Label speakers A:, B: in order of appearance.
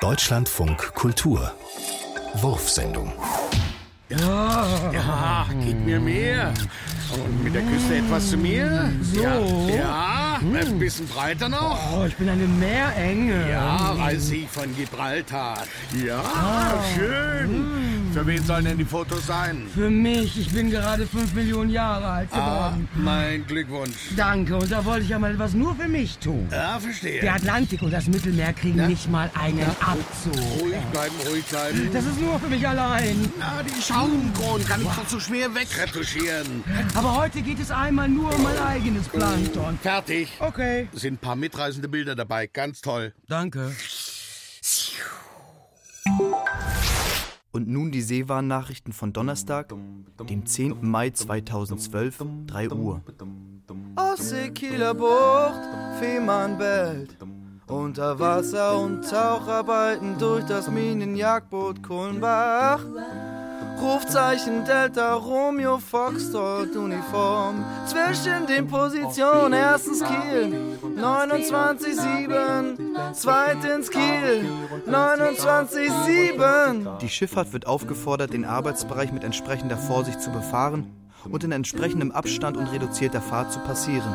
A: Deutschlandfunk Kultur. Wurfsendung.
B: Oh,
C: Ja, gib mir mehr. Und mit der Küste etwas zu mir.
B: So.
C: Ja, ja ein bisschen breiter noch.
B: Oh, ich bin eine Meerenge.
C: Ja, also weiß ich von Gibraltar. Ja, schön. Für wen sollen denn die Fotos sein?
B: Für mich, ich bin gerade 5 Millionen Jahre alt
C: Ah,
B: geworden.
C: mein Glückwunsch.
B: Danke, und da wollte ich ja mal was nur für mich tun.
C: Ja, Ah, verstehe.
B: Der Atlantik und das Mittelmeer kriegen nicht mal einen Abzug.
C: Ruhig bleiben, ruhig bleiben.
B: Das ist nur für mich allein.
C: Na, die Schaumkronen kann ich doch so schwer wegretuschieren.
B: Aber heute geht es einmal nur um mein eigenes Plankton.
C: Fertig.
B: Okay.
C: Sind ein paar mitreißende Bilder dabei. Ganz toll.
B: Danke.
D: Und nun die Seewarnnachrichten von Donnerstag, dem 10. Mai 2012, 3 Uhr. Ostsee, Kieler Bucht, Fehmarn bellt. Unter Wasser und Taucharbeiten durch das Minenjagdboot Kulmbach. Rufzeichen Delta Romeo Foxtrot Uniform zwischen den Positionen erstens Kiel 29-7, zweitens Kiel 29-7. Die Schifffahrt wird aufgefordert, den Arbeitsbereich mit entsprechender Vorsicht zu befahren und in entsprechendem Abstand und reduzierter Fahrt zu passieren.